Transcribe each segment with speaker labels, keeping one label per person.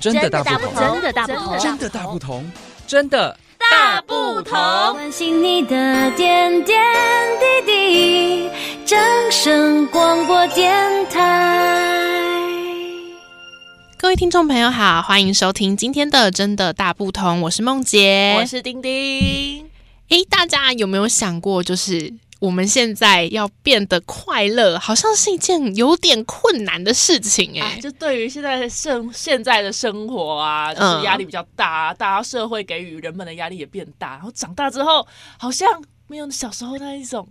Speaker 1: 真的大
Speaker 2: 大
Speaker 1: 不
Speaker 2: 不
Speaker 1: 同，
Speaker 2: 同，的大
Speaker 1: 真的大不同，真的
Speaker 2: 大不同。
Speaker 3: 关心你的点点滴滴，掌声广播电台。
Speaker 4: 各位听众朋友好，欢迎收听今天的《真的大不同》，我是梦杰。
Speaker 2: 我是丁丁，
Speaker 4: 诶，大家有没有想过，就是我们现在要变得快乐，好像是一件有点困难的事情诶。
Speaker 2: 哎，就对于现在的生现在的生活啊，就是
Speaker 4: 嗯
Speaker 2: 压力比较大，大家社会给予人们的压力也变大，然后长大之后好像没有小时候那一种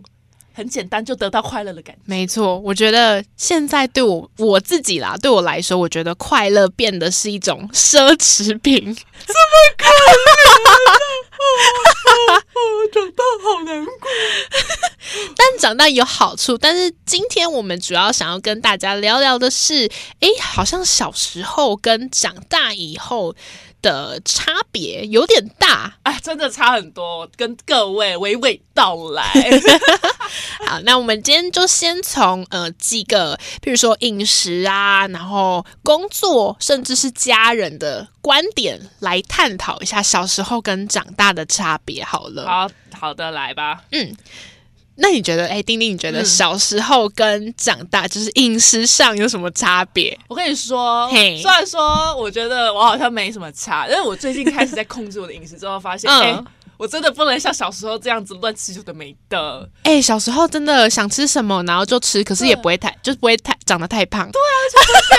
Speaker 2: 很简单就得到快乐的感觉。
Speaker 4: 没错，我觉得现在对我我自己啦，对我来说，我觉得快乐变得是一种奢侈品。 但长大有好处，但是今天我们主要想要跟大家聊聊的是，诶，好像小时候跟长大以后的差别有点大。
Speaker 2: 哎，真的差很多，跟各位娓娓道来。
Speaker 4: 好，那我们今天就先从呃几个，譬如说饮食啊，然后工作，甚至是家人的观点来探讨一下小时候跟长大的差别好了。
Speaker 2: 好好的，来吧。
Speaker 4: 那你觉得，哎，丁丁，你觉得
Speaker 2: 嗯
Speaker 4: 小时候跟长大就是饮食上有什么差别？
Speaker 2: 我跟你说，
Speaker 4: 嘿
Speaker 2: 虽然说我觉得我好像没什么差，但是我最近开始在控制我的饮食之后，发现，哎、
Speaker 4: 嗯
Speaker 2: 我真的不能像小时候这样子乱吃有的没的。
Speaker 4: 哎，小时候真的想吃什么，然后就吃，可是也
Speaker 2: 对
Speaker 4: 不会太，就是不会太长得太胖。
Speaker 2: 但你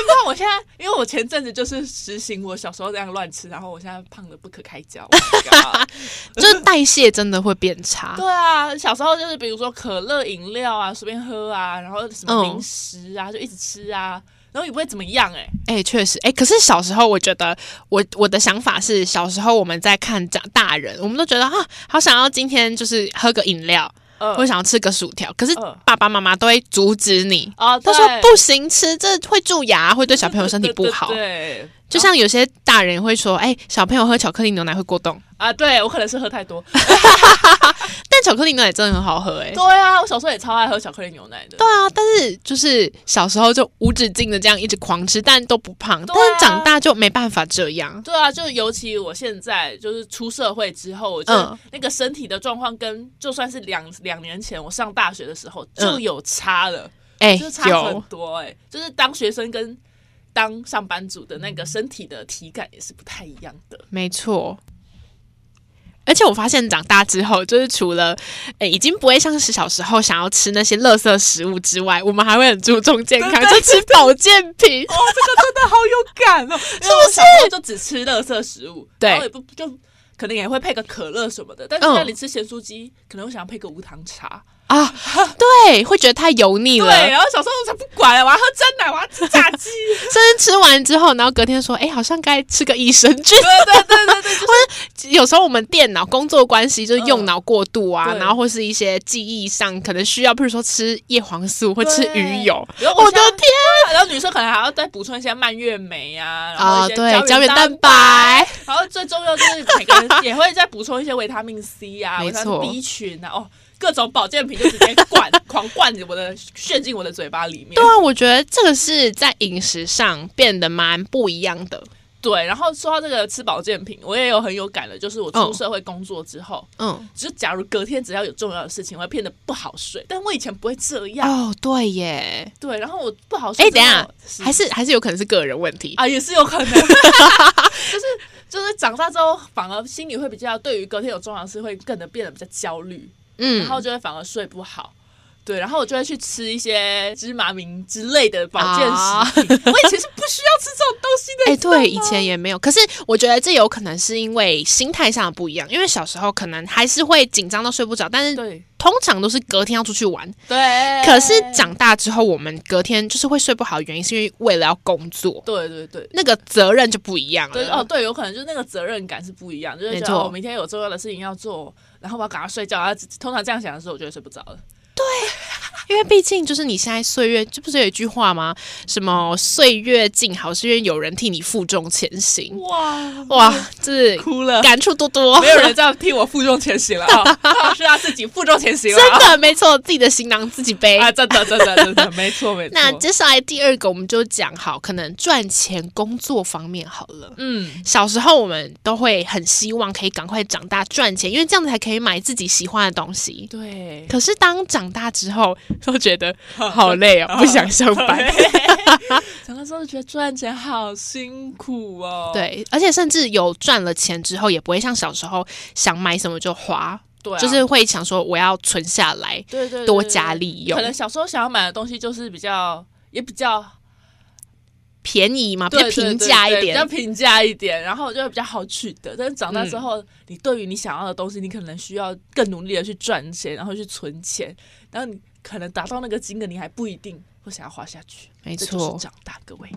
Speaker 2: 知道我现在，因为我前阵子就是实行我小时候这样乱吃，然后我现在胖的不可开交。Oh my god
Speaker 4: 就是代谢真的会变差。
Speaker 2: 对啊，小时候就是比如说可乐饮料啊，随便喝啊，然后什么
Speaker 4: 嗯
Speaker 2: 零食啊，就一直吃啊，然后也不会怎么样哎、
Speaker 4: 哎、确实，哎、可是小时候我觉得，我我的想法是，小时候我们在看长大人，我们都觉得啊，好想要今天就是喝个饮料，
Speaker 2: 嗯
Speaker 4: 或者想要吃个薯条，可是
Speaker 2: 嗯
Speaker 4: 爸爸妈妈都会阻止你，
Speaker 2: 啊，
Speaker 4: 他
Speaker 2: 对
Speaker 4: 说不行吃，这会蛀牙，会对小朋友身体不好。
Speaker 2: 对对对对
Speaker 4: 就像有些大人也会说，哎、小朋友喝巧克力牛奶会过动，
Speaker 2: 啊，对我可能是喝太多。
Speaker 4: 哎但巧克力牛奶真的很好喝、哎。
Speaker 2: 对啊，我小时候也超爱喝巧克力牛奶的。
Speaker 4: 对啊，但是就是小时候就无止境的这样一直狂吃，但都不胖，
Speaker 2: 对
Speaker 4: 但
Speaker 2: 啊
Speaker 4: 是长大就没办法这样。
Speaker 2: 对啊，就尤其我现在就是出社会之后，我就
Speaker 4: 嗯
Speaker 2: 那个身体的状况跟就算是两两年前我上大学的时候
Speaker 4: 嗯
Speaker 2: 就有差了，
Speaker 4: 哎、
Speaker 2: 就差很
Speaker 4: 有
Speaker 2: 多哎、就是当学生跟当上班族的那个身体的体感也是不太一样的。
Speaker 4: 没错。而且我发现长大之后，就是除了诶已经不会像是小时候想要吃那些垃圾食物之外，我们还会很注重健康，就吃保健品。
Speaker 2: 哦，这个真的好有感哦，是不是？就只吃垃圾食物，
Speaker 4: 对
Speaker 2: 然后也不就可能也会配个可乐什么的，但是
Speaker 4: 嗯
Speaker 2: 那你吃咸酥鸡，可能会想要配个无糖茶。
Speaker 4: 啊，对，会觉得太油腻了。
Speaker 2: 对，然啊后小时候我才不管了，我要喝真奶，我要吃炸 鸡。
Speaker 4: 甚至吃完之后，然后隔天说，哎，好像该吃个益生菌。
Speaker 2: 对对对对对，就是
Speaker 4: 有时候我们电脑工作关系就是用脑过度啊，
Speaker 2: 嗯对
Speaker 4: 然后或是一些记忆上可能需要，譬如说吃叶黄素或吃鱼油。
Speaker 2: 然后
Speaker 4: 我的
Speaker 2: 现在
Speaker 4: 天！
Speaker 2: 然后女生可能还要再补充一些蔓越莓啊，然后
Speaker 4: 啊，
Speaker 2: 一些
Speaker 4: 对，胶
Speaker 2: 胶
Speaker 4: 原蛋
Speaker 2: 白，
Speaker 4: 白，
Speaker 2: 然后最重要就是每个人也会再补充一些维他命 C 啊，
Speaker 4: 没
Speaker 2: 维他
Speaker 4: 错
Speaker 2: 命 B 群啊，哦，各种保健品就直接灌，狂灌我的，炫进我的嘴巴里面。
Speaker 4: 对啊，我觉得这个是在饮食上变得蛮不一样的。
Speaker 2: 对，然后说到这个吃保健品，我也有很有感的，就是我出
Speaker 4: 嗯
Speaker 2: 社会工作之后，
Speaker 4: 嗯，
Speaker 2: 就假如隔天只要有重要的事情，我会变得不好睡，但我以前不会这样。
Speaker 4: 哦，对耶，
Speaker 2: 对，然后我不好睡
Speaker 4: 哎，
Speaker 2: 之
Speaker 4: 等
Speaker 2: 后。
Speaker 4: 一下，还是还是有可能是个人问题。
Speaker 2: 啊，也是有可能， 就是就是长大之后，反而心里会比较对于隔天有重要的事会更的变得比较焦虑，
Speaker 4: 嗯
Speaker 2: 然，后就会反而睡不好。对，然后我就会去吃一些芝麻明之类的保健食品。我以前是不需要吃这种东西的。
Speaker 4: 啊 哎，
Speaker 2: 你知道吗
Speaker 4: 对，以前也没有。可是我觉得这有可能是因为心态上的不一样，因为小时候可能还是会紧张到睡不着，但是
Speaker 2: 对哎
Speaker 4: 通常都是隔天要出去玩。
Speaker 2: 对，
Speaker 4: 可是长大之后，我们隔天就是会睡不好，原因是因为为了要工作，
Speaker 2: 对对对。
Speaker 4: 那个责任就不一样
Speaker 2: 对哦，
Speaker 4: 了。
Speaker 2: 对，有可能就是那个责任感是不一样，就是
Speaker 4: 没
Speaker 2: 觉得
Speaker 4: 错
Speaker 2: 哦，明天有重要的事情要做，然后我要赶快睡觉，然后通常这样想的时候，我就会睡不着了。
Speaker 4: 因为毕竟就是你现在岁月，这不是有一句话吗？什么岁月静好，是因为有人替你负重前行。
Speaker 2: 哇，
Speaker 4: 哇，这
Speaker 2: 哭了，
Speaker 4: 感触多多
Speaker 2: 嗯 没。有人这样替我负重前行了 啊，他是他自己负重前行了
Speaker 4: 真
Speaker 2: 啊。
Speaker 4: 的，没错，自己的行囊自己 背。
Speaker 2: 啊，真的，真的，真的，没错，没错。
Speaker 4: 那接下来第二个，我们就讲好可能赚钱、工作方面好了。
Speaker 2: 嗯，
Speaker 4: 小时候我们都会很希望可以赶快长大赚钱，因为这样子才可以买自己喜欢的东西。
Speaker 2: 对，
Speaker 4: 可是当长大之后，都 觉得好累哦，不想上班。
Speaker 2: 长大之后就觉得赚钱好辛苦哦。
Speaker 4: 对，而且甚至有赚了钱之后，也不会像小时候想买什么就花，
Speaker 2: 对啊，
Speaker 4: 就是会想说我要存下来，
Speaker 2: 对对对
Speaker 4: 多
Speaker 2: 对
Speaker 4: 加利用
Speaker 2: 可，能小时候想要买的东西就是比较，也比较
Speaker 4: 便宜嘛，比较
Speaker 2: 对对
Speaker 4: 平
Speaker 2: 对
Speaker 4: 价
Speaker 2: 对
Speaker 4: 一
Speaker 2: 比较
Speaker 4: 点。
Speaker 2: 平价一点，然后就会比较好取得。但是长大之后，你对于你想要的东西，你可能需要更努力的去赚钱，然后去存钱，然后你可能达到那个金额，你还不一定会想要花下去。
Speaker 4: 没
Speaker 2: 这就是
Speaker 4: 错，
Speaker 2: 长大，各位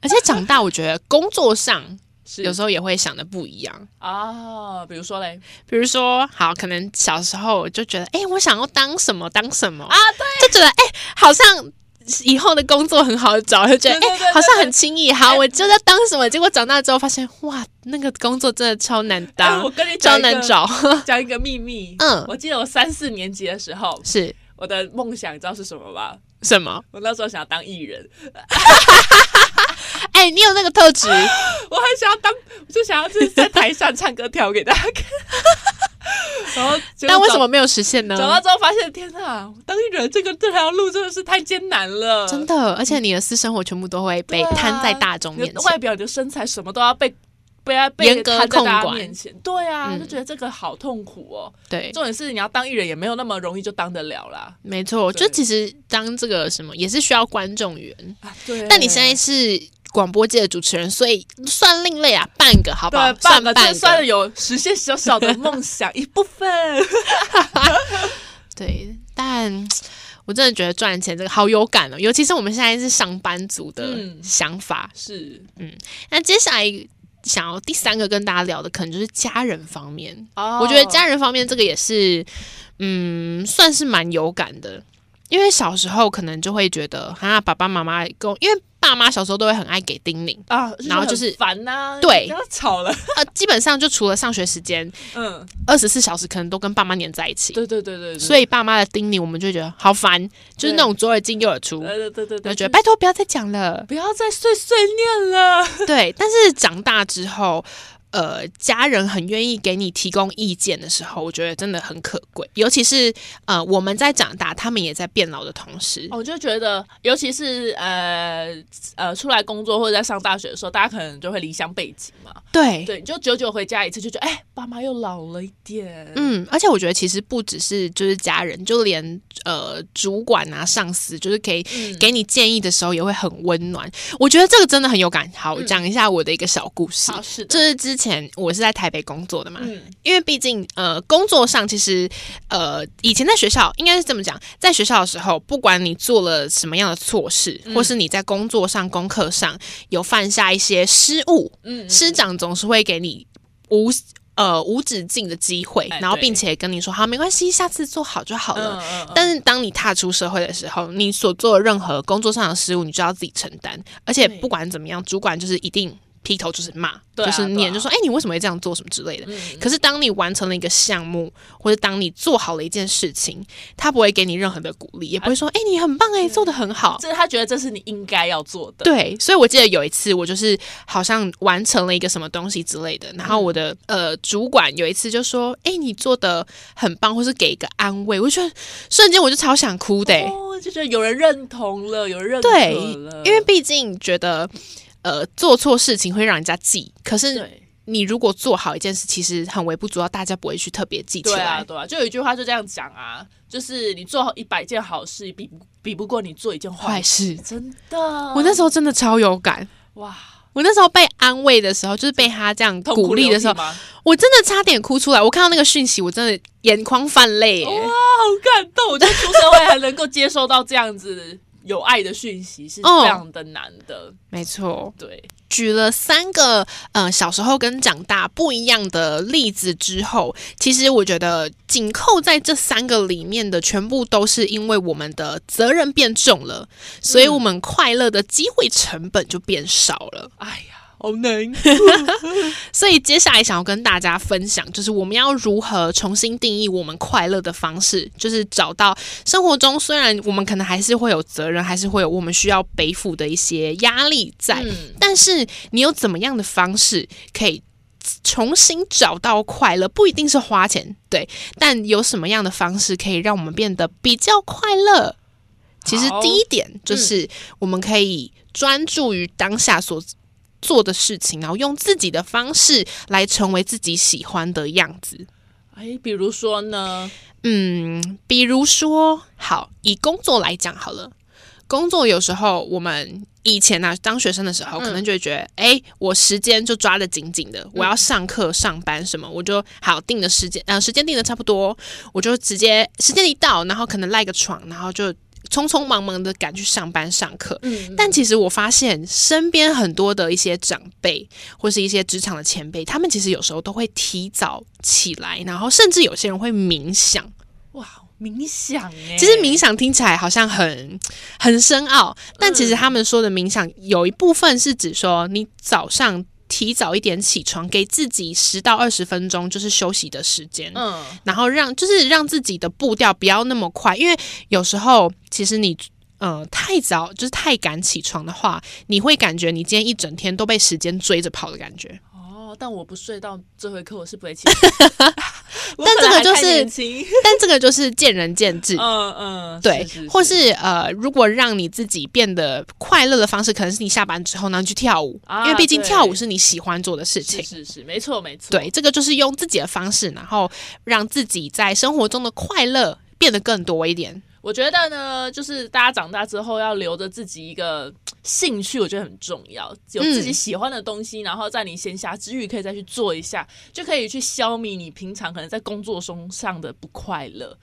Speaker 4: 而且长大，我觉得工作上
Speaker 2: 是
Speaker 4: 有时候也会想的不一样。
Speaker 2: 啊，比如说嘞，
Speaker 4: 比如说，好，可能小时候我就觉得，哎、我想要当什么当什么啊，对，就觉得，哎、好像以后的工作很好找，就觉得，哎
Speaker 2: 对、对对
Speaker 4: 好像
Speaker 2: 对
Speaker 4: 很轻易，好，我就要当什么。结果长大之后发现，哇，那个工作真的超难
Speaker 2: 哎
Speaker 4: 当，
Speaker 2: 我 跟你
Speaker 4: 超
Speaker 2: 讲一
Speaker 4: 难
Speaker 2: 个，
Speaker 4: 找，
Speaker 2: 讲一个秘密。
Speaker 4: 嗯
Speaker 2: 我记得我三四年级的时候，
Speaker 4: 是
Speaker 2: 我的梦想你知道是什么吗？
Speaker 4: 什么？
Speaker 2: 我那时候想要当艺人，
Speaker 4: 哎、你有那个 特质，
Speaker 2: 我很想要当，我就想要就是在台上唱歌跳舞给大家看。然后，
Speaker 4: 但为什么？没有实现呢？
Speaker 2: 长大之后发现，天哪，当艺人这个这条路真的是太艰难了，
Speaker 4: 真的，而且你的私生活全部都会被
Speaker 2: 对啊
Speaker 4: 摊在大众
Speaker 2: 你
Speaker 4: 面
Speaker 2: 的
Speaker 4: 前，
Speaker 2: 外表、你的身材什么都要被被啊被
Speaker 4: 严格
Speaker 2: 摊在大
Speaker 4: 控
Speaker 2: 家
Speaker 4: 管
Speaker 2: 面前。对啊，
Speaker 4: 嗯
Speaker 2: 就觉得这个好痛苦哦。
Speaker 4: 对，
Speaker 2: 重点是你要当艺人也没有那么容易就当得了啦。
Speaker 4: 没错，
Speaker 2: 对
Speaker 4: 就其实当这个什么也是需要观众缘。
Speaker 2: 啊，对。
Speaker 4: 但你现在是广播界的主持人，所以算另类啊，半个好不好
Speaker 2: 对？半个，这
Speaker 4: 算半
Speaker 2: 算了有实现小小的梦想一部 分。
Speaker 4: 对，但我真的觉得赚钱这个好有感哦，尤其是我们现在是上班族的
Speaker 2: 嗯
Speaker 4: 想法。
Speaker 2: 是
Speaker 4: 那接下来想要第三个跟大家聊的，可能就是家人方面。
Speaker 2: 哦
Speaker 4: 我觉得家人方面这个也是，嗯，算是蛮有感的，因为小时候可能就会觉得啊，爸爸妈妈跟我因为爸妈小时候都会很爱给叮咛，
Speaker 2: 啊，
Speaker 4: 然后就是
Speaker 2: 很烦呐，
Speaker 4: 对
Speaker 2: 不要吵了。
Speaker 4: 呃，基本上就除了上学时间，
Speaker 2: 嗯，
Speaker 4: 二十四小时可能都跟爸妈黏在一起，
Speaker 2: 对对对对对，
Speaker 4: 所以爸妈的叮咛我们就会觉得好烦，就是那种左耳进右耳出，
Speaker 2: 对
Speaker 4: 然
Speaker 2: 对对对
Speaker 4: 后
Speaker 2: 对，。
Speaker 4: 觉得拜托不要再讲了
Speaker 2: 不要再碎碎念了。
Speaker 4: 对，但是长大之后。呃，家人很愿意给你提供意见的时候，我觉得真的很可贵。尤其是呃，我们在长大，他们也在变老的同时，
Speaker 2: 我就觉得，尤其是呃呃，出来工作或者在上大学的时候，大家可能就会离乡背景嘛，
Speaker 4: 对，
Speaker 2: 对，你就久久回家一次，就觉得哎，爸妈又老了一点，
Speaker 4: 嗯，而且我觉得其实不只是就是家人，就连呃主管啊、上司，就是可以
Speaker 2: 嗯
Speaker 4: 给你建议的时候也会很温暖。我觉得这个真的很有感。好，
Speaker 2: 嗯
Speaker 4: 讲一下我的一个小故事。
Speaker 2: 好是
Speaker 4: 就
Speaker 2: 的，
Speaker 4: 是之前我是在台北工作的嘛，
Speaker 2: 嗯
Speaker 4: 因为毕竟呃工作上其实呃以前在学校应该是这么讲，在学校的时候，不管你做了什么样的错事，或
Speaker 2: 嗯
Speaker 4: 是你在工作上、功课上有犯下一些失误，
Speaker 2: 嗯，
Speaker 4: 师长总是会给你无呃无止境的机会
Speaker 2: 哎，
Speaker 4: 然后
Speaker 2: 对
Speaker 4: 并且跟你说好没关系，下次做好就好了。
Speaker 2: 嗯
Speaker 4: 但是当你踏出社会的时候，你所做的任何工作上的失误，你就要自己承担。而且
Speaker 2: 对
Speaker 4: 不管怎么样，主管就是一定劈头就是骂，
Speaker 2: 对啊嗯
Speaker 4: 就是念，
Speaker 2: 对啊
Speaker 4: 就说：“哎、你为什么会这样做？什么之类的。可是当你完成了一个项目，或者当你做好了一件事情，他不会给你任何的鼓励，也不
Speaker 2: 啊
Speaker 4: 会说：“哎、你很棒哎、做的很好。”
Speaker 2: 这他觉得这是你应该要做的，哦
Speaker 4: 对，所以我记得有一次，我就是好像完成了一个什么东西之类的，然后我的、
Speaker 2: 嗯
Speaker 4: 呃主管有一次就说：“哎、你做的很棒，或是给一个安慰。”我就觉得瞬间我就超想哭的、欸
Speaker 2: 哦，就觉得有人认同了，有人认可
Speaker 4: 对
Speaker 2: 了，
Speaker 4: 因为毕竟觉得呃做错事情会让人家记，可是
Speaker 2: 对。
Speaker 4: 你如果做好一件事，其实很微不足道，大家不会去特别记起
Speaker 2: 对
Speaker 4: 来。
Speaker 2: 啊，对啊，就有一句话就这样讲啊，就是你做好一百件好事，比不比不过你做一件
Speaker 4: 坏
Speaker 2: 坏事，
Speaker 4: 事，
Speaker 2: 真的。我
Speaker 4: 我那时候真的超有感。
Speaker 2: 候哇，
Speaker 4: 我那时候被安慰的时候，就是被他这样
Speaker 2: 痛
Speaker 4: 鼓
Speaker 2: 哭
Speaker 4: 励
Speaker 2: 流
Speaker 4: 的时候
Speaker 2: 涕，吗
Speaker 4: 我真的差点哭出来。我看到那个讯息，我真的眼眶泛泪耶。
Speaker 2: 哇，好感动！我觉得出社会还能够接受到这样子有爱的讯息 是
Speaker 4: 哦
Speaker 2: 非常的难的。
Speaker 4: 没错，
Speaker 2: 对，
Speaker 4: 举了三个呃小时候跟长大不一样的例子之后，其实我觉得紧扣在这三个里面的，全部都是因为我们的责任变重了，所以我们快乐的机会成本就变少了。
Speaker 2: 哎呀，好难。
Speaker 4: 所以接下来想要跟大家分享，就是我们要如何重新定义我们快乐的方式，就是找到生活中虽然我们可能还是会有责任，还是会有我们需要背负的一些压力在，
Speaker 2: 嗯
Speaker 4: 但是你有怎么样的方式可以重新找到快乐？不一定是花钱，对，但有什么样的方式可以让我们变得比较快乐？其实
Speaker 2: 好
Speaker 4: 第一点就是我们可以专注于当下所做的事情，然后用自己的方式来成为自己喜欢的样子。
Speaker 2: 哎，比如说呢，
Speaker 4: 嗯，比如说，好，以工作来讲好了。工作有时候我们以前呢、啊，当学生的时候，可能就会觉得，哎、我时间就抓得紧紧的，我要上课、上班什么，我就好定的时间，呃，时间定的差不多，我就直接时间一到，然后可能赖个床，然后就匆匆忙忙的赶去上班上课。
Speaker 2: 嗯，
Speaker 4: 但其实我发现身边很多的一些长辈或是一些职场的前辈，他们其实有时候都会提早起来，然后甚至有些人会冥想。
Speaker 2: 哇，冥想哎，
Speaker 4: 其实冥想听起来好像很很深奥，但其实他们说的冥想有一部分是指说你早上提早一点起床，给自己十到二十分钟就是休息的时间。
Speaker 2: 嗯，
Speaker 4: 然后让就是让自己的步调不要那么快，因为有时候其实你呃太早就是太赶起床的话，你会感觉你今天一整天都被时间追着跑的感觉。
Speaker 2: 哦，但我不睡到最后一刻，我是不会起来的。 我
Speaker 4: 但
Speaker 2: 可能
Speaker 4: 这个
Speaker 2: 还
Speaker 4: 就
Speaker 2: 太
Speaker 4: 是
Speaker 2: 年轻
Speaker 4: 但这个就是见仁见智。
Speaker 2: 嗯嗯，
Speaker 4: 对，
Speaker 2: 是
Speaker 4: 或是呃，如果让你自己变得快乐的方式，可能是你下班之后呢去跳舞，
Speaker 2: 啊
Speaker 4: 因为毕竟
Speaker 2: 对
Speaker 4: 跳舞是你喜欢做的事情
Speaker 2: 是。是是，没错没错，
Speaker 4: 对，这个就是用自己的方式，然后让自己在生活中的快乐变得更多一点。
Speaker 2: 我觉得呢，就是大家长大之后要留着自己一个兴趣，我觉得很重要，有自
Speaker 4: 嗯
Speaker 2: 己喜欢的东西，然后在你闲暇之余可以再去做一下，就可以去消弭你平常可能在工作中上的不快乐。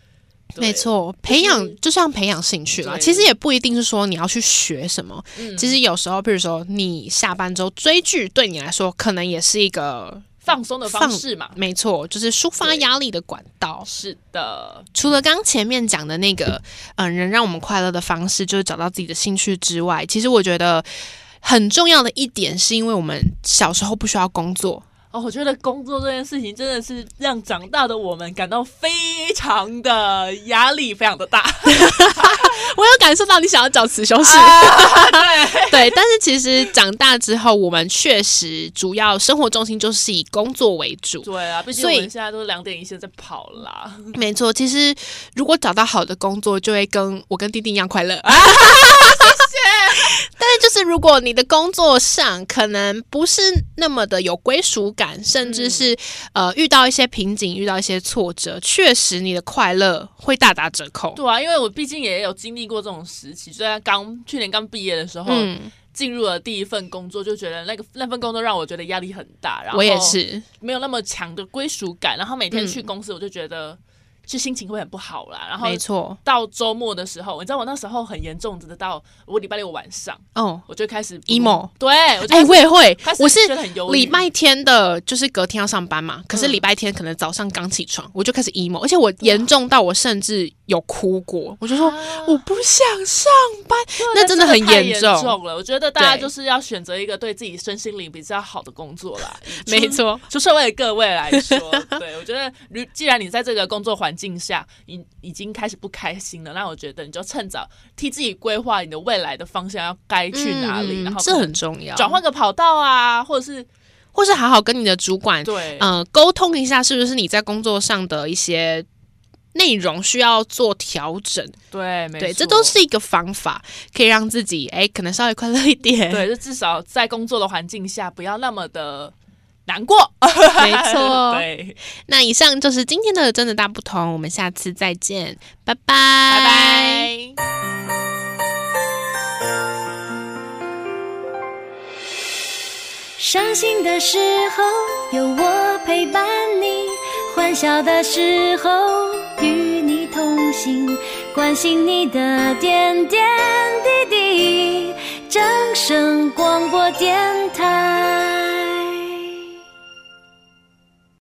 Speaker 2: 对
Speaker 4: 没，错，培养就像培养兴趣啦。
Speaker 2: 对
Speaker 4: 其实也不一定是说你要去学什么，
Speaker 2: 嗯
Speaker 4: 其实有时候，比如说你下班之后追剧，对你来说可能也是一个
Speaker 2: 放松的方式嘛，
Speaker 4: 没错，就是抒发
Speaker 2: 对
Speaker 4: 压力的管道。
Speaker 2: 是的，
Speaker 4: 除了刚前面讲的那个，嗯、能让我们快乐的方式，就是找到自己的兴趣之外，其实我觉得很重要的一点，是因为我们小时候不需要工作，
Speaker 2: 哦，我觉得工作这件事情真的是让长大的我们感到非常的压力，非常的大。
Speaker 4: 我有感受到你想要找辞修 饰。
Speaker 2: 对，
Speaker 4: 对，但是其实长大之后，我们确实主要生活重心就是以工作为主。
Speaker 2: 对啊，毕竟
Speaker 4: 所
Speaker 2: 我
Speaker 4: 以
Speaker 2: 们现在都是两点一线在跑啦。
Speaker 4: 没错，其实如果找到好的工作，就会跟我跟弟弟一样 快乐。但是就是如果你的工作上可能不是那么的有归属感，甚至是、
Speaker 2: 嗯
Speaker 4: 呃遇到一些瓶颈、遇到一些挫折，确实你的快乐会大打折扣。
Speaker 2: 对啊，因为我毕竟也有经历过这种时期，就在刚去年刚毕业的时候，
Speaker 4: 嗯，
Speaker 2: 进入了第一份工作，就觉得那个那份工作让我觉得压力很大，然后
Speaker 4: 我也是，
Speaker 2: 没有那么强的归属感，然后每天去公司我就觉得就心情会很不好啦，然后
Speaker 4: 没错。
Speaker 2: 到周末的时候，你知道我那时候很严重，直到我礼拜六晚上
Speaker 4: 哦，
Speaker 2: 我就开始
Speaker 4: emo
Speaker 2: 对，我就
Speaker 4: 哎、
Speaker 2: 开始
Speaker 4: 我也会
Speaker 2: 开，始
Speaker 4: 我是
Speaker 2: 觉得很忧郁
Speaker 4: 礼拜天的，就是隔天要上班嘛，可是
Speaker 2: 嗯
Speaker 4: 礼拜天可能早上刚起床，我就开始 emo，而且我严重到我甚至有哭过，我就说、
Speaker 2: 啊
Speaker 4: 我不想上班，那
Speaker 2: 那
Speaker 4: 真
Speaker 2: 真
Speaker 4: 的
Speaker 2: 的
Speaker 4: 很
Speaker 2: 太
Speaker 4: 严
Speaker 2: 严
Speaker 4: 重
Speaker 2: 了。我觉得大家
Speaker 4: 对
Speaker 2: 就是要选择一个对自己身心灵比较好的工作 啦。以
Speaker 4: 没
Speaker 2: 出
Speaker 4: 错，
Speaker 2: 出社会的各位来说，对我觉得，如既然你在这个工作环境下，你已经开始不开心了，那我觉得你就趁早替自己规划你的未来的方向要该去哪里，
Speaker 4: 嗯
Speaker 2: 然后
Speaker 4: 这很重要，嗯
Speaker 2: 转换个跑道啊，或者是
Speaker 4: 或是好好跟你的主管
Speaker 2: 对，
Speaker 4: 呃沟通一下，是不是你在工作上的一些。内容需要做调整，
Speaker 2: 对，没
Speaker 4: 对，
Speaker 2: 错
Speaker 4: 这都是一个方法，可以让自己哎、可能稍微快乐一点。
Speaker 2: 对，就至少在工作的环境下不要那么的难过。
Speaker 4: 没错。
Speaker 2: 对，
Speaker 4: 那以上就是今天的真的大不同，我们下次再见，拜拜，
Speaker 2: 拜
Speaker 4: 拜
Speaker 2: 拜。
Speaker 3: 伤心的时候有我陪伴你，欢笑的时候与你同行，关心你的点点滴声广播电台。